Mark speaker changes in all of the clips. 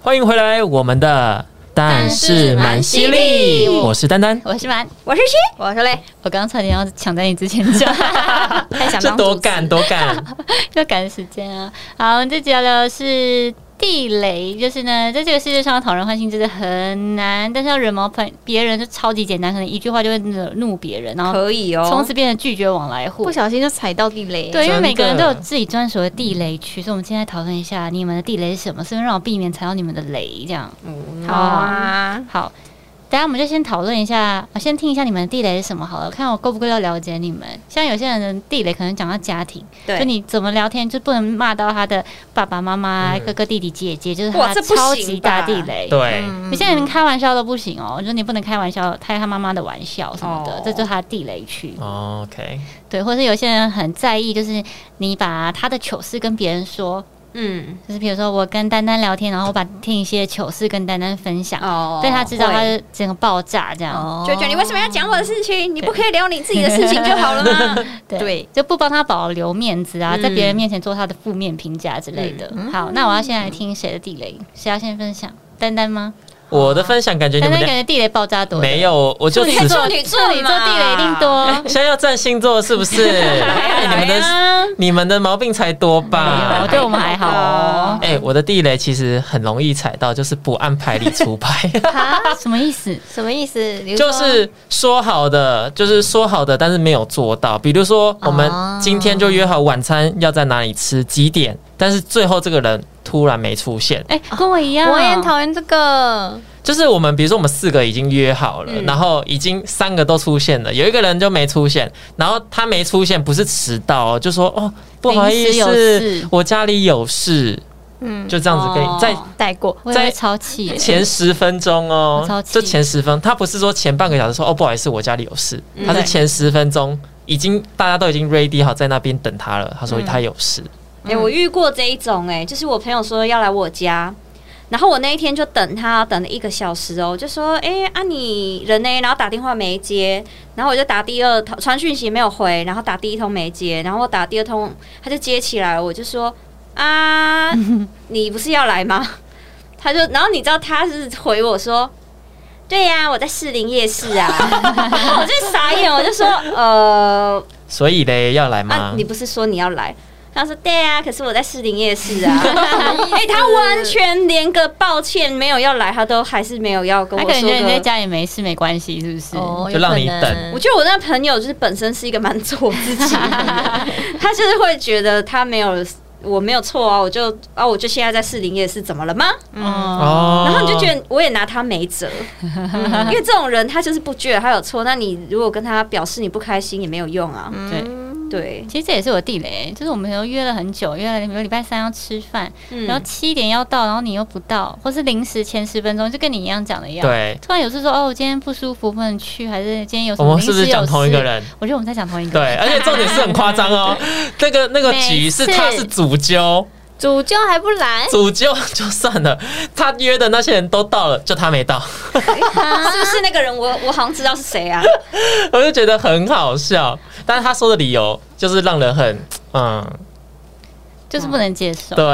Speaker 1: 欢迎回来，我们的但是蛮犀利， 我是丹丹。
Speaker 2: 我是蛮，
Speaker 3: 我是薛，
Speaker 2: 我是嘞，我刚差点要抢在你之前讲，太想
Speaker 1: 这
Speaker 2: 当
Speaker 1: 多
Speaker 2: 主持
Speaker 1: 赶多赶，
Speaker 2: 要赶时间啊！好，我们这集要聊的是地雷，就是呢，在这个世界上要讨人欢心真的很难，但是要惹毛朋别人就超级简单，可能一句话就会惹怒别人，然后
Speaker 3: 可以哦，
Speaker 2: 从此变成拒绝往来户
Speaker 3: 不。小心就踩到地雷，
Speaker 2: 对，因为每个人都有
Speaker 1: 真的
Speaker 2: 自己专属的地雷区，所以我们今天来讨论一下你们的地雷是什么，顺便让我避免踩到你们的雷，这样
Speaker 3: 嗯，好啊，
Speaker 2: 好。等下我们就先讨论一下，我先听一下你们的地雷是什么好了，看我够不够要了解你们。像有些人的地雷可能讲到家庭，就
Speaker 3: 对，
Speaker 2: 你怎么聊天就不能骂到他的爸爸妈妈、
Speaker 1: 嗯
Speaker 2: 哥哥、弟弟、姐姐，就是
Speaker 3: 哇
Speaker 2: 他
Speaker 3: 这不
Speaker 2: 超
Speaker 3: 行
Speaker 2: 级
Speaker 3: 吧
Speaker 2: 大地雷。
Speaker 1: 对，
Speaker 2: 有些人开玩笑都不行哦，就是你不能开玩笑，开他妈妈的玩笑什么的，
Speaker 3: 哦
Speaker 2: 这就是他的地雷区。
Speaker 1: 哦 OK，
Speaker 2: 对，或是有些人很在意，就是你把他的糗事跟别人说，
Speaker 3: 嗯，
Speaker 2: 就是比如说我跟丹丹聊天，然后我把听一些糗事跟丹丹分享，
Speaker 3: 哦
Speaker 2: 被嗯他知哦道，他就整个爆炸这样。
Speaker 3: 会就觉得你为什么要讲我的事情？你不可以聊你自己的事情就好了吗？对
Speaker 2: 就不帮他保留面子啊，
Speaker 3: 嗯
Speaker 2: 在别人面前做他的负面评价之类的。好，那我要先来听谁的地雷，谁要先分享？丹丹吗？
Speaker 1: 我的分享感觉你
Speaker 2: 丹
Speaker 1: 们
Speaker 2: 丹
Speaker 1: 俩
Speaker 2: 感觉地雷爆炸多，
Speaker 1: 没有，我就
Speaker 2: 哦
Speaker 1: 啊
Speaker 2: 处女
Speaker 1: 此
Speaker 2: 座，
Speaker 3: 处
Speaker 2: 处
Speaker 3: 女
Speaker 2: 女
Speaker 3: 座
Speaker 2: 座
Speaker 3: 嘛
Speaker 2: 地雷一定多。
Speaker 1: 现在要占星座是不 是？哎你们的
Speaker 3: 啊，
Speaker 1: 你们的毛病才多
Speaker 2: 没有，
Speaker 1: 吧？
Speaker 2: 对我们还好 哦。
Speaker 1: 哎，我的地雷其实很容易踩到，就是不按牌理出牌。
Speaker 2: 啊，什么意思？
Speaker 3: 什么意思？比如说
Speaker 1: 就是说好的，就是说好的，但是没有做到。比如说，我们
Speaker 3: 哦
Speaker 1: 今天就约好晚餐要在哪里吃，几点，但是最后这个人突然没出现。
Speaker 2: 哎，跟我一样，
Speaker 3: 哦我也很讨厌这个，
Speaker 1: 就是我们，比如说我们四个已经约好了，
Speaker 2: 嗯
Speaker 1: 然后已经三个都出现了，有一个人就没出现，然后他没出现不是迟到哦，就说哦不好意
Speaker 2: 临时有
Speaker 1: 思
Speaker 2: 事，
Speaker 1: 我家里有事，
Speaker 3: 嗯，
Speaker 1: 就这样子可以、
Speaker 2: 哦
Speaker 1: 在
Speaker 3: 带过，
Speaker 2: 我也
Speaker 1: 在
Speaker 2: 会超气耶。
Speaker 1: 前十分钟
Speaker 2: 我超
Speaker 1: 哦，
Speaker 2: 气
Speaker 1: 就前十分，他不是说前半个小时说哦不好意思，我家里有事，
Speaker 3: 嗯
Speaker 1: 他是前十分钟已经大家都已经 ready 好在那边等他了，他说他有事，
Speaker 4: 哎、我遇过这一种、哎，就是我朋友说要来我家，然后我那一天就等他等了一个小时哦，就说，哎、啊你人呢？然后打电话没接，然后我就打第二通，传讯息没有回，然后打第一通没接，然后我打第二通，他就接起来，我就说，啊，你不是要来吗？ 他就，然后你知道他是回我说。对呀、我在士林夜市啊， 我就傻眼，我就说，呃，
Speaker 1: 所以嘞要来吗？
Speaker 4: 啊，你不是说你要来？他说对啊，可是我在士林夜 市啊。哎、他完全连个抱歉没有要来，他都还是没有要跟
Speaker 2: 他
Speaker 4: 我
Speaker 2: 可能
Speaker 4: 说
Speaker 2: 觉得你在
Speaker 4: 个。
Speaker 2: 家也没事，没关系，是不是？
Speaker 3: 哦，
Speaker 1: 就让你
Speaker 3: 有可能
Speaker 1: 等
Speaker 4: 我觉得我那朋友就是本身是一个蛮做自己的人， 他就是会觉得他没有我没有错啊，我就啊我就现在在士林夜市怎么了吗？
Speaker 2: 哦，
Speaker 1: 哦，
Speaker 4: 然后你就觉得我也拿他没 辙，因为这种人他就是不觉得他有错，那你如果跟他表示你不开心也没有用啊。
Speaker 3: 嗯
Speaker 2: 对。
Speaker 4: 对，
Speaker 2: 其实这也是我地雷，就是我们有约了很久，约了比如礼拜三要吃饭，
Speaker 4: 嗯
Speaker 2: 然后七点要到，然后你又不到，或是临时前十分钟，就跟你一样讲的一
Speaker 4: 啊
Speaker 2: 样。
Speaker 1: 对，
Speaker 2: 突然有事说哦，我今天不舒服不能去，还是今天有什
Speaker 1: 我
Speaker 2: 么
Speaker 1: 们
Speaker 2: 临时
Speaker 1: 是不
Speaker 2: 有事
Speaker 1: 是讲同一个？人？
Speaker 2: 我觉得我们在讲同一个
Speaker 1: 对，
Speaker 2: 人。
Speaker 1: 而且重点是很夸张 哦，那个那个局是
Speaker 2: 每次
Speaker 1: 他是主揪，
Speaker 3: 主教还不来，
Speaker 1: 主揪就算了，他约的那些人都到了，就他没到，
Speaker 4: 是不是那个人我我好像知道是谁啊？
Speaker 1: 我就觉得很好笑。但是他说的理由就是让人很嗯，
Speaker 2: 就是不能接受。
Speaker 1: 对，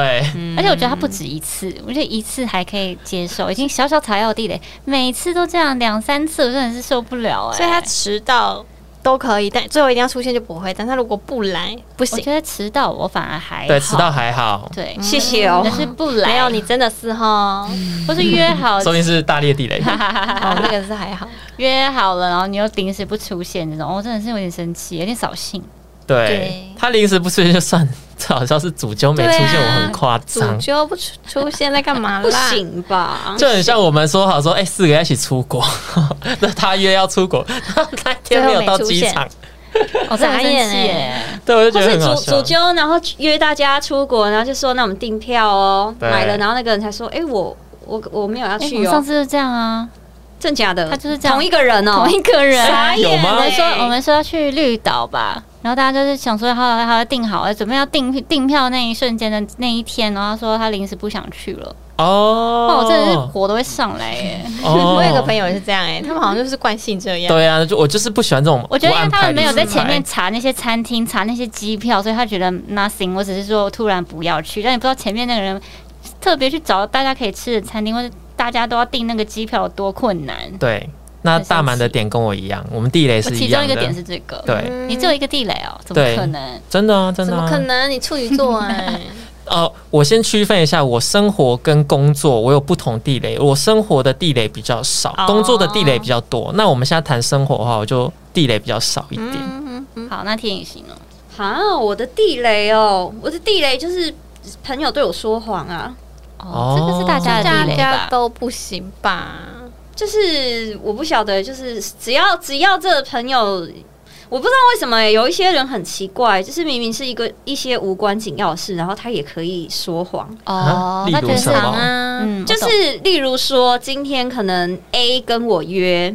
Speaker 2: 而且我觉得他不
Speaker 3: 嗯
Speaker 2: 止一次，我觉得一次还可以接受，已经小小踩到地雷，每次都这样两三次，我真的是受不了哎、
Speaker 3: 所以他迟到都可以，但最后一定要出现就不会。但他如果不来，不
Speaker 2: 我
Speaker 3: 行。
Speaker 2: 觉得迟到我反而还好
Speaker 1: 对，迟到还好，
Speaker 2: 对，
Speaker 4: 谢谢哦
Speaker 2: 但。是不来，
Speaker 3: 没有，你真的是哈，
Speaker 2: 或是约好
Speaker 1: 说明 是大裂地雷。
Speaker 3: 哦，那个是还好。
Speaker 2: 约好了，然后你又临时不出现，这种哦我、真的是有点生气，有点扫兴。
Speaker 1: 对
Speaker 3: 对，
Speaker 1: 他临时不出现就算， 这好像是主揪没出现，
Speaker 3: 对啊
Speaker 1: 我很夸
Speaker 3: 主
Speaker 1: 张。
Speaker 3: 角不出出现在干嘛啦？
Speaker 4: 不，行吧？
Speaker 1: 就很像我们说好说，哎、四个要一起出国， 那他约要出国， 那天没有到机
Speaker 3: 最后
Speaker 1: 场，
Speaker 2: 我、哦真的很生气耶！
Speaker 1: 对，我就
Speaker 4: 或
Speaker 1: 觉得
Speaker 4: 是
Speaker 1: 很好
Speaker 4: 主主
Speaker 1: 笑。
Speaker 4: 揪，然后约大家出国，然后就说那我们订票哦，
Speaker 1: 对
Speaker 4: 买了，然后那个人才说，哎，我我我没有要
Speaker 2: 哎、
Speaker 4: 去
Speaker 2: 我们上
Speaker 4: 哦，
Speaker 2: 次就这样啊，
Speaker 4: 真假的？
Speaker 2: 他就是这样
Speaker 4: 同一个人哦
Speaker 2: 同，一个人。
Speaker 4: 傻眼
Speaker 1: 哎有吗
Speaker 2: 我
Speaker 4: 欸
Speaker 2: 们说我们说要去绿岛吧，然后大家就是想说好，好好订好了，准备要订订票那一瞬间的那一天，然后他说他临时不想去了，哇，
Speaker 1: 哦，
Speaker 2: 我真的是 火都会上来耶！
Speaker 1: 哦
Speaker 3: 我有个朋友也是这样哎、他们好像就是惯性这样。
Speaker 1: 对啊，就我就是不喜欢这种不
Speaker 2: 我
Speaker 1: 按
Speaker 2: 觉
Speaker 1: 排的
Speaker 2: 得因为
Speaker 1: 安排。
Speaker 2: 他们没有在前面查那些餐厅、查那些机票，所以他觉得 nothing。我只是说突然不要去，但你不知道前面那个人特别去找大家可以吃的餐厅，或者大家都要订那个机票有多困难。
Speaker 1: 对，那大满的点跟我一样，我们地雷
Speaker 2: 我
Speaker 1: 是
Speaker 2: 其
Speaker 1: 一
Speaker 2: 中
Speaker 1: 样
Speaker 2: 一
Speaker 1: 的。
Speaker 2: 个点是这个，
Speaker 1: 对，
Speaker 3: 嗯
Speaker 2: 你只有一个地雷哦，怎么
Speaker 1: 对
Speaker 2: 可能？
Speaker 1: 真的啊，真
Speaker 3: 怎
Speaker 1: 的、啊。
Speaker 3: 么可能？你处女座哎、
Speaker 1: 呃，我先区分一下，我生活跟工作我有不同地雷，我生活的地雷比较少，
Speaker 3: 哦
Speaker 1: 工作的地雷比较多。那我们现在谈生活的话，我就地雷比较少一点。
Speaker 3: 嗯嗯嗯，
Speaker 2: 好，那天影行哦，
Speaker 4: 啊，我的地雷哦，我的地雷就是朋友对我说谎啊，
Speaker 1: 哦
Speaker 2: 哦，这个是大家的
Speaker 3: 大
Speaker 2: 地雷
Speaker 3: 家
Speaker 2: 吧？
Speaker 3: 都不行吧？
Speaker 4: 就是我不晓得，就是只要只要这个朋友。我不知道为什么、欸、有一些人很奇怪，就是明明是一个一些无关紧要的事，然后他也可以说谎。
Speaker 1: 啊
Speaker 2: 哦，
Speaker 1: 例
Speaker 2: 那
Speaker 1: 如
Speaker 2: 就是
Speaker 1: 什么
Speaker 3: 啊，
Speaker 2: 嗯，
Speaker 4: 就
Speaker 2: 我懂
Speaker 4: 是例如说，今天可能 A 跟我约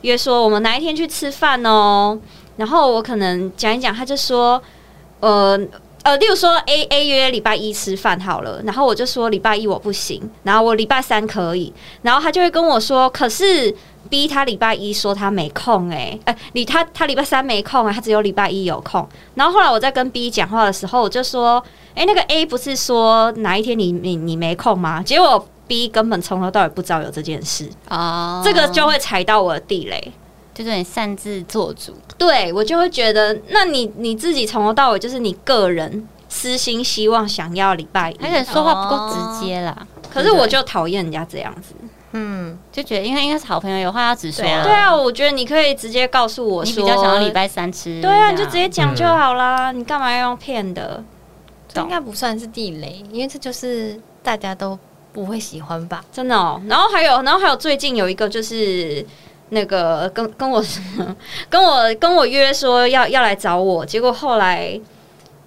Speaker 4: 约说我们哪一天去吃饭哦，然后我可能讲一讲，他就说，呃呃，例如说 A A 约礼拜一吃饭好了，然后我就说礼拜一我不行，然后我礼拜三可以，然后他就会跟我说，可是。B 他礼拜一说他没空哎、欸，哎、你他他礼拜三没空啊、他只有礼拜一有空。然后后来我在跟 B 讲话的时候，我就说，哎、那个 A 不是说哪一天你你你没空吗？结果 B 根本从头到尾不知道有这件事，
Speaker 2: 哦，
Speaker 4: 这个就会踩到我的地雷。
Speaker 2: 就是你擅自做主，
Speaker 4: 对我就会觉得，那你你自己从头到尾就是你个人私心希望想要礼拜一，
Speaker 2: 而且说话不够直接啦。
Speaker 4: 可是我就讨厌人家这样子。
Speaker 3: 嗯，
Speaker 2: 就觉得，因为应该是好朋友，有话要直说。
Speaker 3: 对啊
Speaker 4: 对啊，我觉得你可以直接告诉我
Speaker 2: 你
Speaker 4: 说，
Speaker 2: 比较想要礼。拜三吃，
Speaker 4: 对啊，你
Speaker 2: 这
Speaker 4: 就
Speaker 2: 样
Speaker 4: 直接讲就好啦，你干嘛要用骗的？
Speaker 3: 这应该不算是地雷，因为这就是大家都不会喜欢吧？
Speaker 4: 真的哦。然后还有，然后还有最近有一个就是那个跟跟我跟我跟我约说要要来找我，结果后来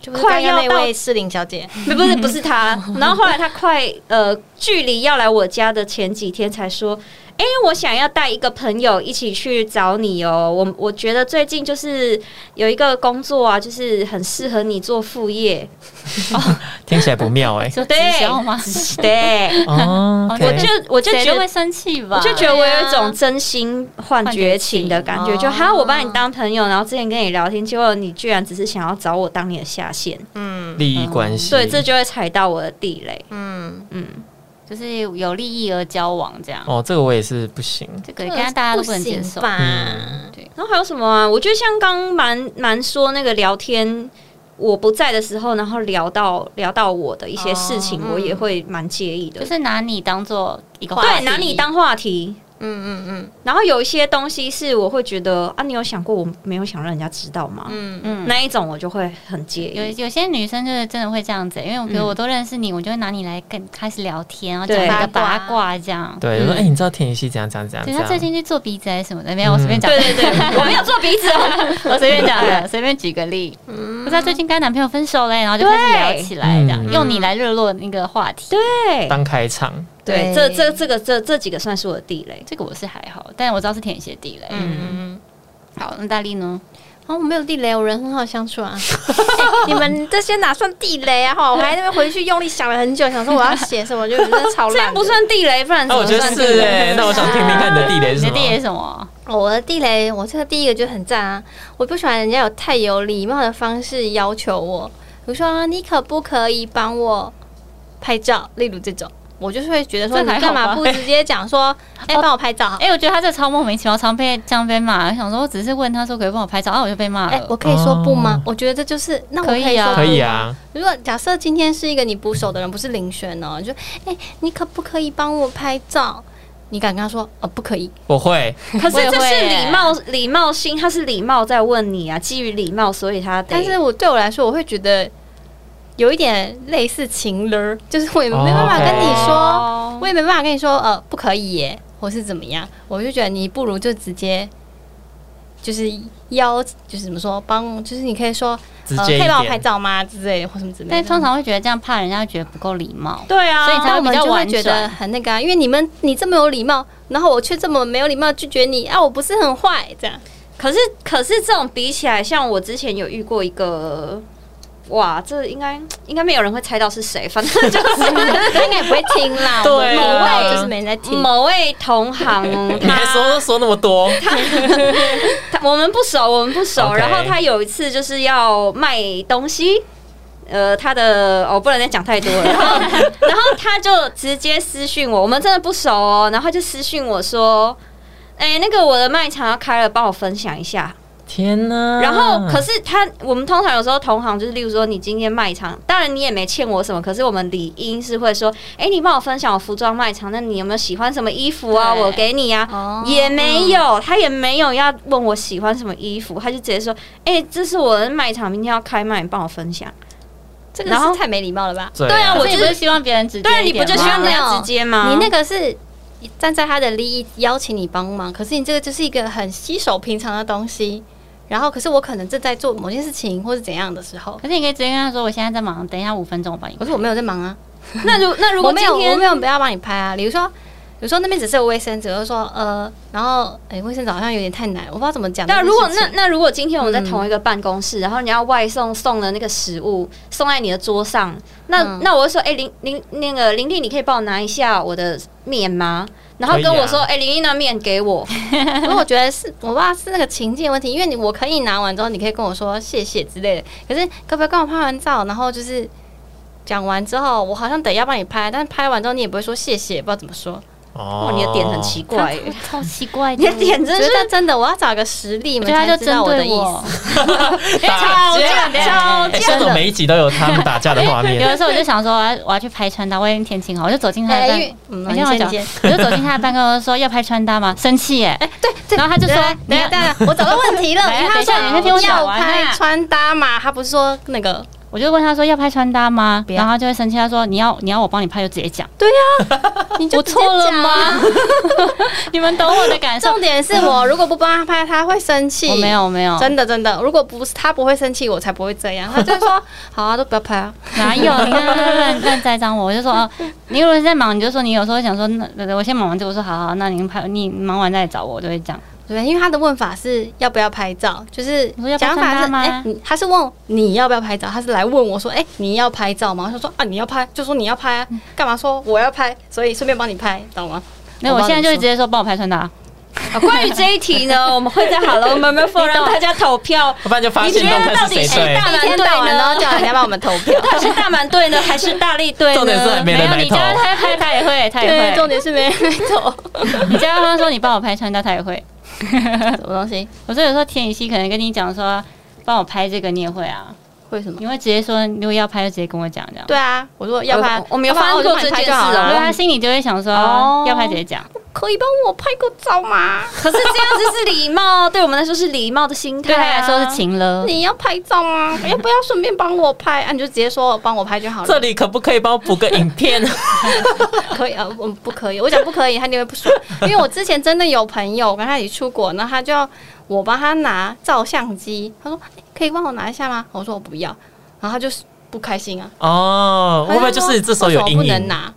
Speaker 3: 就不是
Speaker 4: 快
Speaker 3: 刚刚
Speaker 4: 要到
Speaker 3: 那位适龄小姐，
Speaker 4: 不是不是他，然后后来他快呃距离要来我家的前几天才说。哎、我想要带一个朋友一起去找你哦。我我觉得最近就是有一个工作啊，就是很适合你做副业。
Speaker 1: 听起来不妙 哎、
Speaker 2: 说
Speaker 4: 对
Speaker 2: 直销吗？
Speaker 4: 对，
Speaker 1: 哦
Speaker 2: 我
Speaker 4: 我
Speaker 1: ，OK，
Speaker 4: 就我就
Speaker 2: 谁
Speaker 4: 觉
Speaker 2: 都
Speaker 4: 得
Speaker 2: 会生气吧？
Speaker 4: 我就觉得我有一
Speaker 3: 对啊
Speaker 4: 种真心换绝情的感觉，
Speaker 3: 换绝
Speaker 4: 就
Speaker 3: 情
Speaker 4: 哈，我把你当朋友，然后之前跟你聊天，结果你居然只是想要找我当你的下线，
Speaker 3: 嗯
Speaker 1: 利益关系，
Speaker 4: 所以这就会踩到我的地雷。
Speaker 3: 嗯，
Speaker 4: 嗯，
Speaker 2: 就是有利益而交往这样，
Speaker 1: 哦，这个我也是不行。
Speaker 2: 这个应该大家都不能接
Speaker 3: 行
Speaker 2: 受。
Speaker 3: 吧？
Speaker 1: 嗯
Speaker 4: 然后还有什么啊？我觉得像刚蛮蛮说那个聊天。我不在的时候，然后聊到聊到我的一些事情，
Speaker 3: 哦嗯
Speaker 4: 我也会蛮介意的。
Speaker 2: 就是拿你当做一个话
Speaker 4: 对，
Speaker 2: 题
Speaker 4: 拿你当话题，
Speaker 3: 嗯嗯
Speaker 4: 然后有一些东西是我会觉得啊，你有想过我没有想让人家知道吗？
Speaker 3: 嗯嗯，
Speaker 2: 嗯。
Speaker 4: 那一种我就会很介意。
Speaker 2: 有有些女生就是真的会这样子、因为我觉得
Speaker 4: 嗯
Speaker 2: 我都认识你，我就会拿你来跟开始聊天，然后
Speaker 4: 对
Speaker 2: 讲一个
Speaker 3: 八
Speaker 2: 八
Speaker 3: 卦
Speaker 2: 卦这样。
Speaker 1: 对，就说哎、你知道田雨希怎样怎样怎样？
Speaker 2: 对
Speaker 1: 怎样嗯
Speaker 2: 他最近去做鼻子还是什么的，没有，我随便讲的。
Speaker 4: 对对对，我没有做鼻子哦。 嗯
Speaker 2: 我随便讲的，随便举个例，
Speaker 3: 嗯
Speaker 2: 不知道最近跟她男朋友分手嘞，然后就开始聊起来，这样
Speaker 1: 嗯
Speaker 2: 用你来热络那个话题。
Speaker 4: 对
Speaker 1: 当开场，
Speaker 4: 对，
Speaker 3: 对
Speaker 4: 这这这个这这几个算是我的地雷。
Speaker 2: 这个我是还好，但我知道是舔鞋地雷。嗯，
Speaker 3: 嗯。
Speaker 2: 好，那大力呢？
Speaker 3: 哦，我没有地雷，我人很好相处啊。 哎你们这些哪算地雷啊？ 哈，我还在那边回去用力想了很久，想说我要写什么，就真的 超
Speaker 4: 这样
Speaker 3: 烂的。
Speaker 4: 不算地雷，不然
Speaker 1: 那、
Speaker 4: 怎
Speaker 1: 我
Speaker 4: 么
Speaker 1: 觉得
Speaker 4: 算地
Speaker 1: 是
Speaker 4: 雷？
Speaker 1: 哎、那我想听听看你的地雷是
Speaker 2: 你
Speaker 1: 什
Speaker 2: 的
Speaker 1: 么？
Speaker 2: 地雷是什么？
Speaker 3: 哦我的地雷，我这个第一个就很赞啊！我不喜欢人家有太有礼貌的方式要求我，比如说你可不可以帮我拍照，例如这种，我就是会觉得说
Speaker 2: 这
Speaker 3: 你
Speaker 2: 还好
Speaker 3: 干嘛
Speaker 2: 吧
Speaker 3: 不直接讲 说，哎，帮我拍照好。
Speaker 2: 哎，我觉得他这超莫名其妙，常被这样被骂。我想说，我只是问他说可不可以帮我拍照，啊，我就被骂
Speaker 3: 哎，我
Speaker 2: 了。
Speaker 3: 可以说不吗
Speaker 1: 哦？
Speaker 3: 我觉得这就是那我
Speaker 2: 可以
Speaker 3: 说
Speaker 2: 啊
Speaker 3: 不吗
Speaker 1: 可以。啊，
Speaker 3: 如果假设今天是一个你不熟的人，不是林轩哦，就哎、你可不可以帮我拍照？你敢跟他说哦，不可以？
Speaker 1: 我会，
Speaker 4: 可是这
Speaker 2: 我也
Speaker 4: 是
Speaker 2: 会
Speaker 4: 礼貌礼貌心，他是礼貌在问你啊，基于礼貌，所以他得。
Speaker 3: 但是我对我来说，我会觉得有一点类似情了儿，就是我也没办法
Speaker 1: 哦
Speaker 3: 跟你说，
Speaker 4: 哦
Speaker 3: 我也没办法跟你说呃，不可以耶，或是怎么样。我就觉得你不如就直接就是邀，就是怎么说帮，就是你可以说
Speaker 1: 直
Speaker 3: 呃，可
Speaker 1: 接一
Speaker 3: 以帮我拍
Speaker 1: 点。
Speaker 3: 照吗之类的，或什么之类的。
Speaker 2: 但通常会觉得这样怕人家会觉得不够礼貌。
Speaker 4: 对啊，
Speaker 2: 所以才
Speaker 3: 那
Speaker 2: 会
Speaker 3: 我们
Speaker 2: 比较
Speaker 3: 就会
Speaker 2: 婉
Speaker 3: 觉得
Speaker 2: 转
Speaker 3: 很那个、啊，因为你们你这么有礼貌，然后我却这么没有礼貌拒绝你啊，我不是很坏这样。
Speaker 4: 可是可是这种比起来，像我之前有遇过一个。哇，这应该应该没有人会猜到是谁，反正就
Speaker 3: 他应该也不会听 啦。
Speaker 1: 对
Speaker 3: 我们
Speaker 1: 啊
Speaker 3: 某位就是没人在
Speaker 4: 是
Speaker 3: 听，
Speaker 4: 某位同行，
Speaker 1: 你还
Speaker 4: 他
Speaker 1: 说说那么多，
Speaker 4: 他我们不熟，我们不熟。
Speaker 1: OK
Speaker 4: 然后他有一次就是要卖东西，呃，他的哦，不能再讲太多了。然后然后他就直接私讯我，我们真的不熟哦。然后他就私讯我说：“哎、那个我的卖场要开了，帮我分享一下。”
Speaker 1: 天哪！
Speaker 4: 然后，可是他，我们通常有时候同行就是，例如说你今天卖场，当然你也没欠我什么，可是我们理应是会说，哎，你帮我分享我服装卖场，那你有没有喜欢什么衣服啊？
Speaker 2: 对
Speaker 4: 我给你啊。
Speaker 3: 哦
Speaker 4: 也没有，他也没有要问我喜欢什么衣服，他就直接说：“哎、这是我的卖场，明天要开卖，你帮我分享。
Speaker 3: 这个
Speaker 4: 然后
Speaker 3: 是太没礼貌了吧？
Speaker 1: 对
Speaker 4: 对啊
Speaker 1: 啊，
Speaker 4: 我
Speaker 2: 我
Speaker 4: 就
Speaker 2: 你
Speaker 4: 是
Speaker 2: 不是希望别人”指
Speaker 4: 对啊，
Speaker 2: 点一
Speaker 4: 你
Speaker 2: 点
Speaker 4: 不
Speaker 2: 吗？
Speaker 4: 就希望人家直接吗？
Speaker 3: 哦你那个是站在他的利益邀请你帮忙，可是你这个就是一个很稀手平常的东西。然后，可是我可能正在做某件事情或是怎样的时候，
Speaker 2: 可是你可以直接跟他说，我现在在忙，等一下五分钟我帮 你
Speaker 3: 可。是我没有在忙啊，
Speaker 4: 那如那如
Speaker 3: 我
Speaker 4: 果
Speaker 3: 没
Speaker 4: 今
Speaker 3: 有，我
Speaker 4: 天
Speaker 3: 没有不要帮你拍啊。比如说，比如说那边只是有卫生纸，我就说呃，然后哎，卫生纸好像有点太难，我不知道怎么讲这
Speaker 4: 那
Speaker 3: 件事
Speaker 4: 如
Speaker 3: 情。
Speaker 4: 果那那如果今天我们在同一个办公室，然后你要外送送的那个食物送在你的桌上，那、
Speaker 3: 嗯
Speaker 4: 那我会说，哎、林林那个林丽，你可以帮我拿一下我的面吗？然后
Speaker 1: 可以
Speaker 4: 跟我说，
Speaker 1: 啊
Speaker 4: 哎、林丽，那面给我。
Speaker 3: 因为我觉得是，我不知道是那个情境的问题，因为你我可以拿完之后，你可以跟我说谢谢之类的。可是可不可以跟我拍完照，然后就是讲完之后，我好像得要帮你拍，但是拍完之后你也不会说谢谢，不知道怎么说。
Speaker 1: 哦
Speaker 4: 哦，你的点很奇怪、
Speaker 2: 他超奇怪的，
Speaker 4: 你的点
Speaker 3: 我
Speaker 4: 真
Speaker 3: 觉
Speaker 4: 是
Speaker 3: 得真的，我要找一个实例，
Speaker 2: 我
Speaker 3: 你
Speaker 2: 觉
Speaker 3: 们
Speaker 2: 得他就
Speaker 3: 才知
Speaker 2: 针
Speaker 3: 道我的
Speaker 2: 对
Speaker 3: 意思
Speaker 2: 我。。
Speaker 1: 打架，
Speaker 2: 架
Speaker 1: 哎，现在怎么每一集都有他们打架的画
Speaker 2: 有
Speaker 1: 面？
Speaker 2: 的时候我就想说，我要我要去拍穿搭，我已经天晴好，我就走进他的
Speaker 3: 哎，因
Speaker 2: 办，
Speaker 3: 为嗯，
Speaker 2: 你先
Speaker 3: 你先
Speaker 2: 我讲
Speaker 3: 你先，
Speaker 2: 我就走进他的办公室说要拍穿搭吗？生气耶！
Speaker 3: 哎，对对，
Speaker 2: 然后他就说
Speaker 3: 等一下等一下，等一下我找到问题了。
Speaker 2: 哎
Speaker 3: 你
Speaker 2: 等
Speaker 3: 看
Speaker 2: 一下
Speaker 3: 他
Speaker 2: 你先听
Speaker 3: 说
Speaker 2: 我讲
Speaker 3: 要
Speaker 2: 完啊
Speaker 3: 拍穿搭嘛，他不是说那个
Speaker 2: 我就问他说要拍穿搭吗？
Speaker 3: 不要
Speaker 2: 然后他就会生气，他说你要你要我帮你拍就直接讲，
Speaker 3: 你就
Speaker 2: 我
Speaker 3: 直接
Speaker 2: 错了
Speaker 3: 讲啊
Speaker 2: 吗？你们懂我的感受
Speaker 3: 重？点是我如果不帮他拍，他会生气。
Speaker 2: 我没有没有，
Speaker 3: 真的真的，如果不是他不会生气，我才不会这样。他就会说好啊，都不要拍啊。
Speaker 2: 哪有？你看他乱乱栽赃我，我就说哦，你如果在忙，你就说你有时候想说，那那我先忙完这个，我说好好，那你拍，你忙完再来找我，我就会这样。
Speaker 3: 对，因为他的问法是要不要拍照，就是
Speaker 2: 你说要不要
Speaker 3: 讲法
Speaker 2: 穿搭
Speaker 3: 是
Speaker 2: 吗
Speaker 3: 哎、你他是问你要不要拍照，他是来问我说，哎、你要拍照吗？我就说啊，你要拍，就说你要拍
Speaker 4: 嗯
Speaker 3: 啊，干嘛说我要拍？所以顺便帮你拍，懂吗？
Speaker 2: 那我现在就会直接说帮我拍穿搭，
Speaker 4: 好关于这一题呢，我们会在好了，我们没有
Speaker 2: 你懂
Speaker 4: 让大家投票。
Speaker 1: 要不然就发
Speaker 4: 你觉
Speaker 1: 现动
Speaker 4: 得到
Speaker 1: 看
Speaker 4: 底
Speaker 1: 是谁
Speaker 4: 谁
Speaker 1: 对
Speaker 4: 大。
Speaker 3: 一
Speaker 4: 满
Speaker 3: 天到晚
Speaker 4: 队
Speaker 3: 都
Speaker 4: 呢？
Speaker 3: 叫人家帮我们投 票。
Speaker 4: 到底是大满队呢，还是大力队呢？
Speaker 1: 重点是没人
Speaker 2: 有
Speaker 1: 来
Speaker 2: 你叫他
Speaker 1: 投
Speaker 2: 拍，他也会，他也
Speaker 3: 对，重
Speaker 2: 会。
Speaker 3: 点是没人 走，
Speaker 2: 你叫他说你帮我拍穿搭，他也会。
Speaker 3: 什么东西？
Speaker 2: 我说有时候田雨希可能跟你讲说帮我拍这个，你也会啊，
Speaker 3: 为什么？
Speaker 2: 你会直接说如果要拍就直接跟我讲这样。
Speaker 3: 对啊，我说要拍
Speaker 4: 我，我没有
Speaker 3: 要不然
Speaker 4: 发
Speaker 3: 我就
Speaker 4: 过
Speaker 3: 帮你
Speaker 4: 这
Speaker 3: 拍
Speaker 4: 件
Speaker 3: 就好
Speaker 4: 事
Speaker 2: 然
Speaker 4: 啊
Speaker 2: 后
Speaker 3: 了
Speaker 2: 他心里就会想说
Speaker 4: 哦
Speaker 2: 要拍直接讲，
Speaker 3: 可以帮我拍个照吗？
Speaker 4: 可是这样子是礼貌，对我们来说是礼貌的心态
Speaker 2: 对他
Speaker 4: 啊、
Speaker 2: 来说是情了。
Speaker 3: 你要拍 照吗？要不要顺便帮我拍？啊，你就直接说帮我拍就好了。
Speaker 1: 这里可不可以帮我补个影片？
Speaker 3: 可以啊，我不可以，我讲不可以，他就 会不爽。因为我之前真的有朋友，我跟他一起出国，然后他就要我帮他拿照相机，他说欸可以帮我拿一下吗？我说我不要，然后他就是不开心啊。
Speaker 1: 哦，会不会就是这时候有
Speaker 3: 为什么
Speaker 1: 阴
Speaker 4: 哎
Speaker 3: 不能
Speaker 1: 影？啊
Speaker 3: 拿？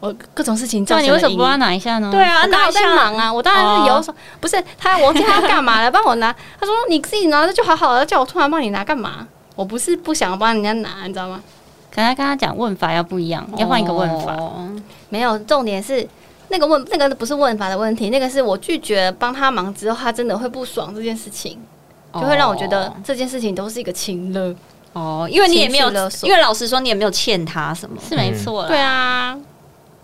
Speaker 3: 我各种事情造
Speaker 2: 那
Speaker 3: 成
Speaker 2: 你
Speaker 3: 的
Speaker 2: 为什么
Speaker 3: 阴
Speaker 2: 不
Speaker 3: 影
Speaker 2: 帮他拿一下呢？
Speaker 4: 对啊，
Speaker 3: 我当然
Speaker 4: 拿
Speaker 3: 有
Speaker 4: 一
Speaker 3: 在
Speaker 4: 下
Speaker 3: 忙啊，我当
Speaker 1: 哦
Speaker 3: 然是有手，不是他，我叫他干嘛来帮我拿？他说你自己拿着就好好了，叫我突然帮你拿干嘛？我不是不想帮人家拿，你知道吗？
Speaker 2: 可能他跟他讲问法要不一样，要换一个问法。
Speaker 4: 哦
Speaker 3: 没有，重点是那个问那个不是问法的问题，那个是我拒绝帮他忙之后，他真的会不爽这件事情，就会让我觉得这件事情都是一个情乐。
Speaker 4: 哦，因为你也没有
Speaker 3: 情绪勒，索
Speaker 4: 因为老实说，你也没有欠他什么。
Speaker 2: 是没错啦。
Speaker 3: 对啊，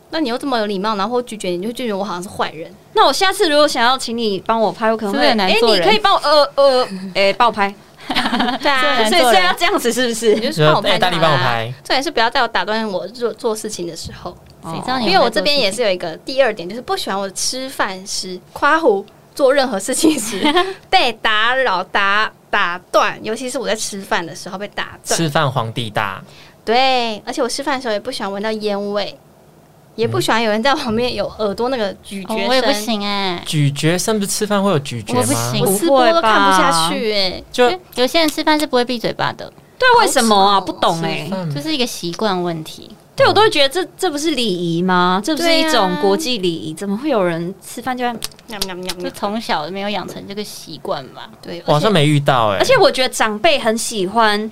Speaker 3: 那你又这么有礼貌，然后我拒绝你，就拒绝我好像是坏人。
Speaker 4: 那我下次如果想要请你帮我拍，我可能
Speaker 2: 是不
Speaker 4: 会
Speaker 2: 是很
Speaker 4: 哎、
Speaker 2: 难
Speaker 4: 诶
Speaker 2: 做
Speaker 4: 你
Speaker 2: 人
Speaker 4: 可以帮我呃呃，哎、帮我拍，
Speaker 3: 对啊，
Speaker 2: 难
Speaker 4: 所
Speaker 3: 所
Speaker 2: 做
Speaker 4: 以
Speaker 3: 以
Speaker 4: 所
Speaker 2: 人
Speaker 4: 以要这样子是不
Speaker 3: 你
Speaker 4: 是？啊
Speaker 3: 就是帮我
Speaker 1: 哎
Speaker 3: 拍，
Speaker 1: 大力帮我拍。
Speaker 3: 重点是不要在我打断我做做事情的时候，
Speaker 2: 谁知道哦你有
Speaker 3: 哦因
Speaker 2: 没有
Speaker 3: 为我这边
Speaker 2: 做
Speaker 3: 也
Speaker 2: 事
Speaker 3: 是有一个第二点，就是不喜欢我吃饭时、夸胡、做任何事情 时被打扰、打打断，尤其是我在吃饭的时候被打断。
Speaker 1: 吃饭皇帝大，
Speaker 3: 对，而且我吃饭的时候也不喜欢闻到烟味，也不喜欢有人在旁边有耳朵那个咀嚼
Speaker 2: 情嗯
Speaker 3: 声、
Speaker 2: 哦我也不行哎、
Speaker 1: 咀嚼生不是吃饭会有咀嚼
Speaker 2: 我不
Speaker 1: 吗？
Speaker 2: 行
Speaker 3: 我
Speaker 4: 不
Speaker 3: 吃播
Speaker 4: 会
Speaker 3: 都看不下
Speaker 4: 吧
Speaker 3: 去哎、
Speaker 1: 就
Speaker 2: 有些人吃饭是不会闭嘴巴的，
Speaker 4: 对，为什么啊？
Speaker 3: 好丑
Speaker 4: 不懂哎、
Speaker 1: 嗯
Speaker 2: 就是一个习惯问题。
Speaker 4: 对，我都会觉得这这不是礼仪吗？这不是
Speaker 3: 对
Speaker 4: 一
Speaker 3: 啊
Speaker 4: 种国际礼仪？怎么会有人吃饭就要？
Speaker 3: 喵喵喵
Speaker 2: 就
Speaker 3: 喵
Speaker 2: 从小没有养成这个习惯吧？
Speaker 3: 对，
Speaker 1: 我好像没遇到哎、
Speaker 4: 而且我觉得长辈很喜欢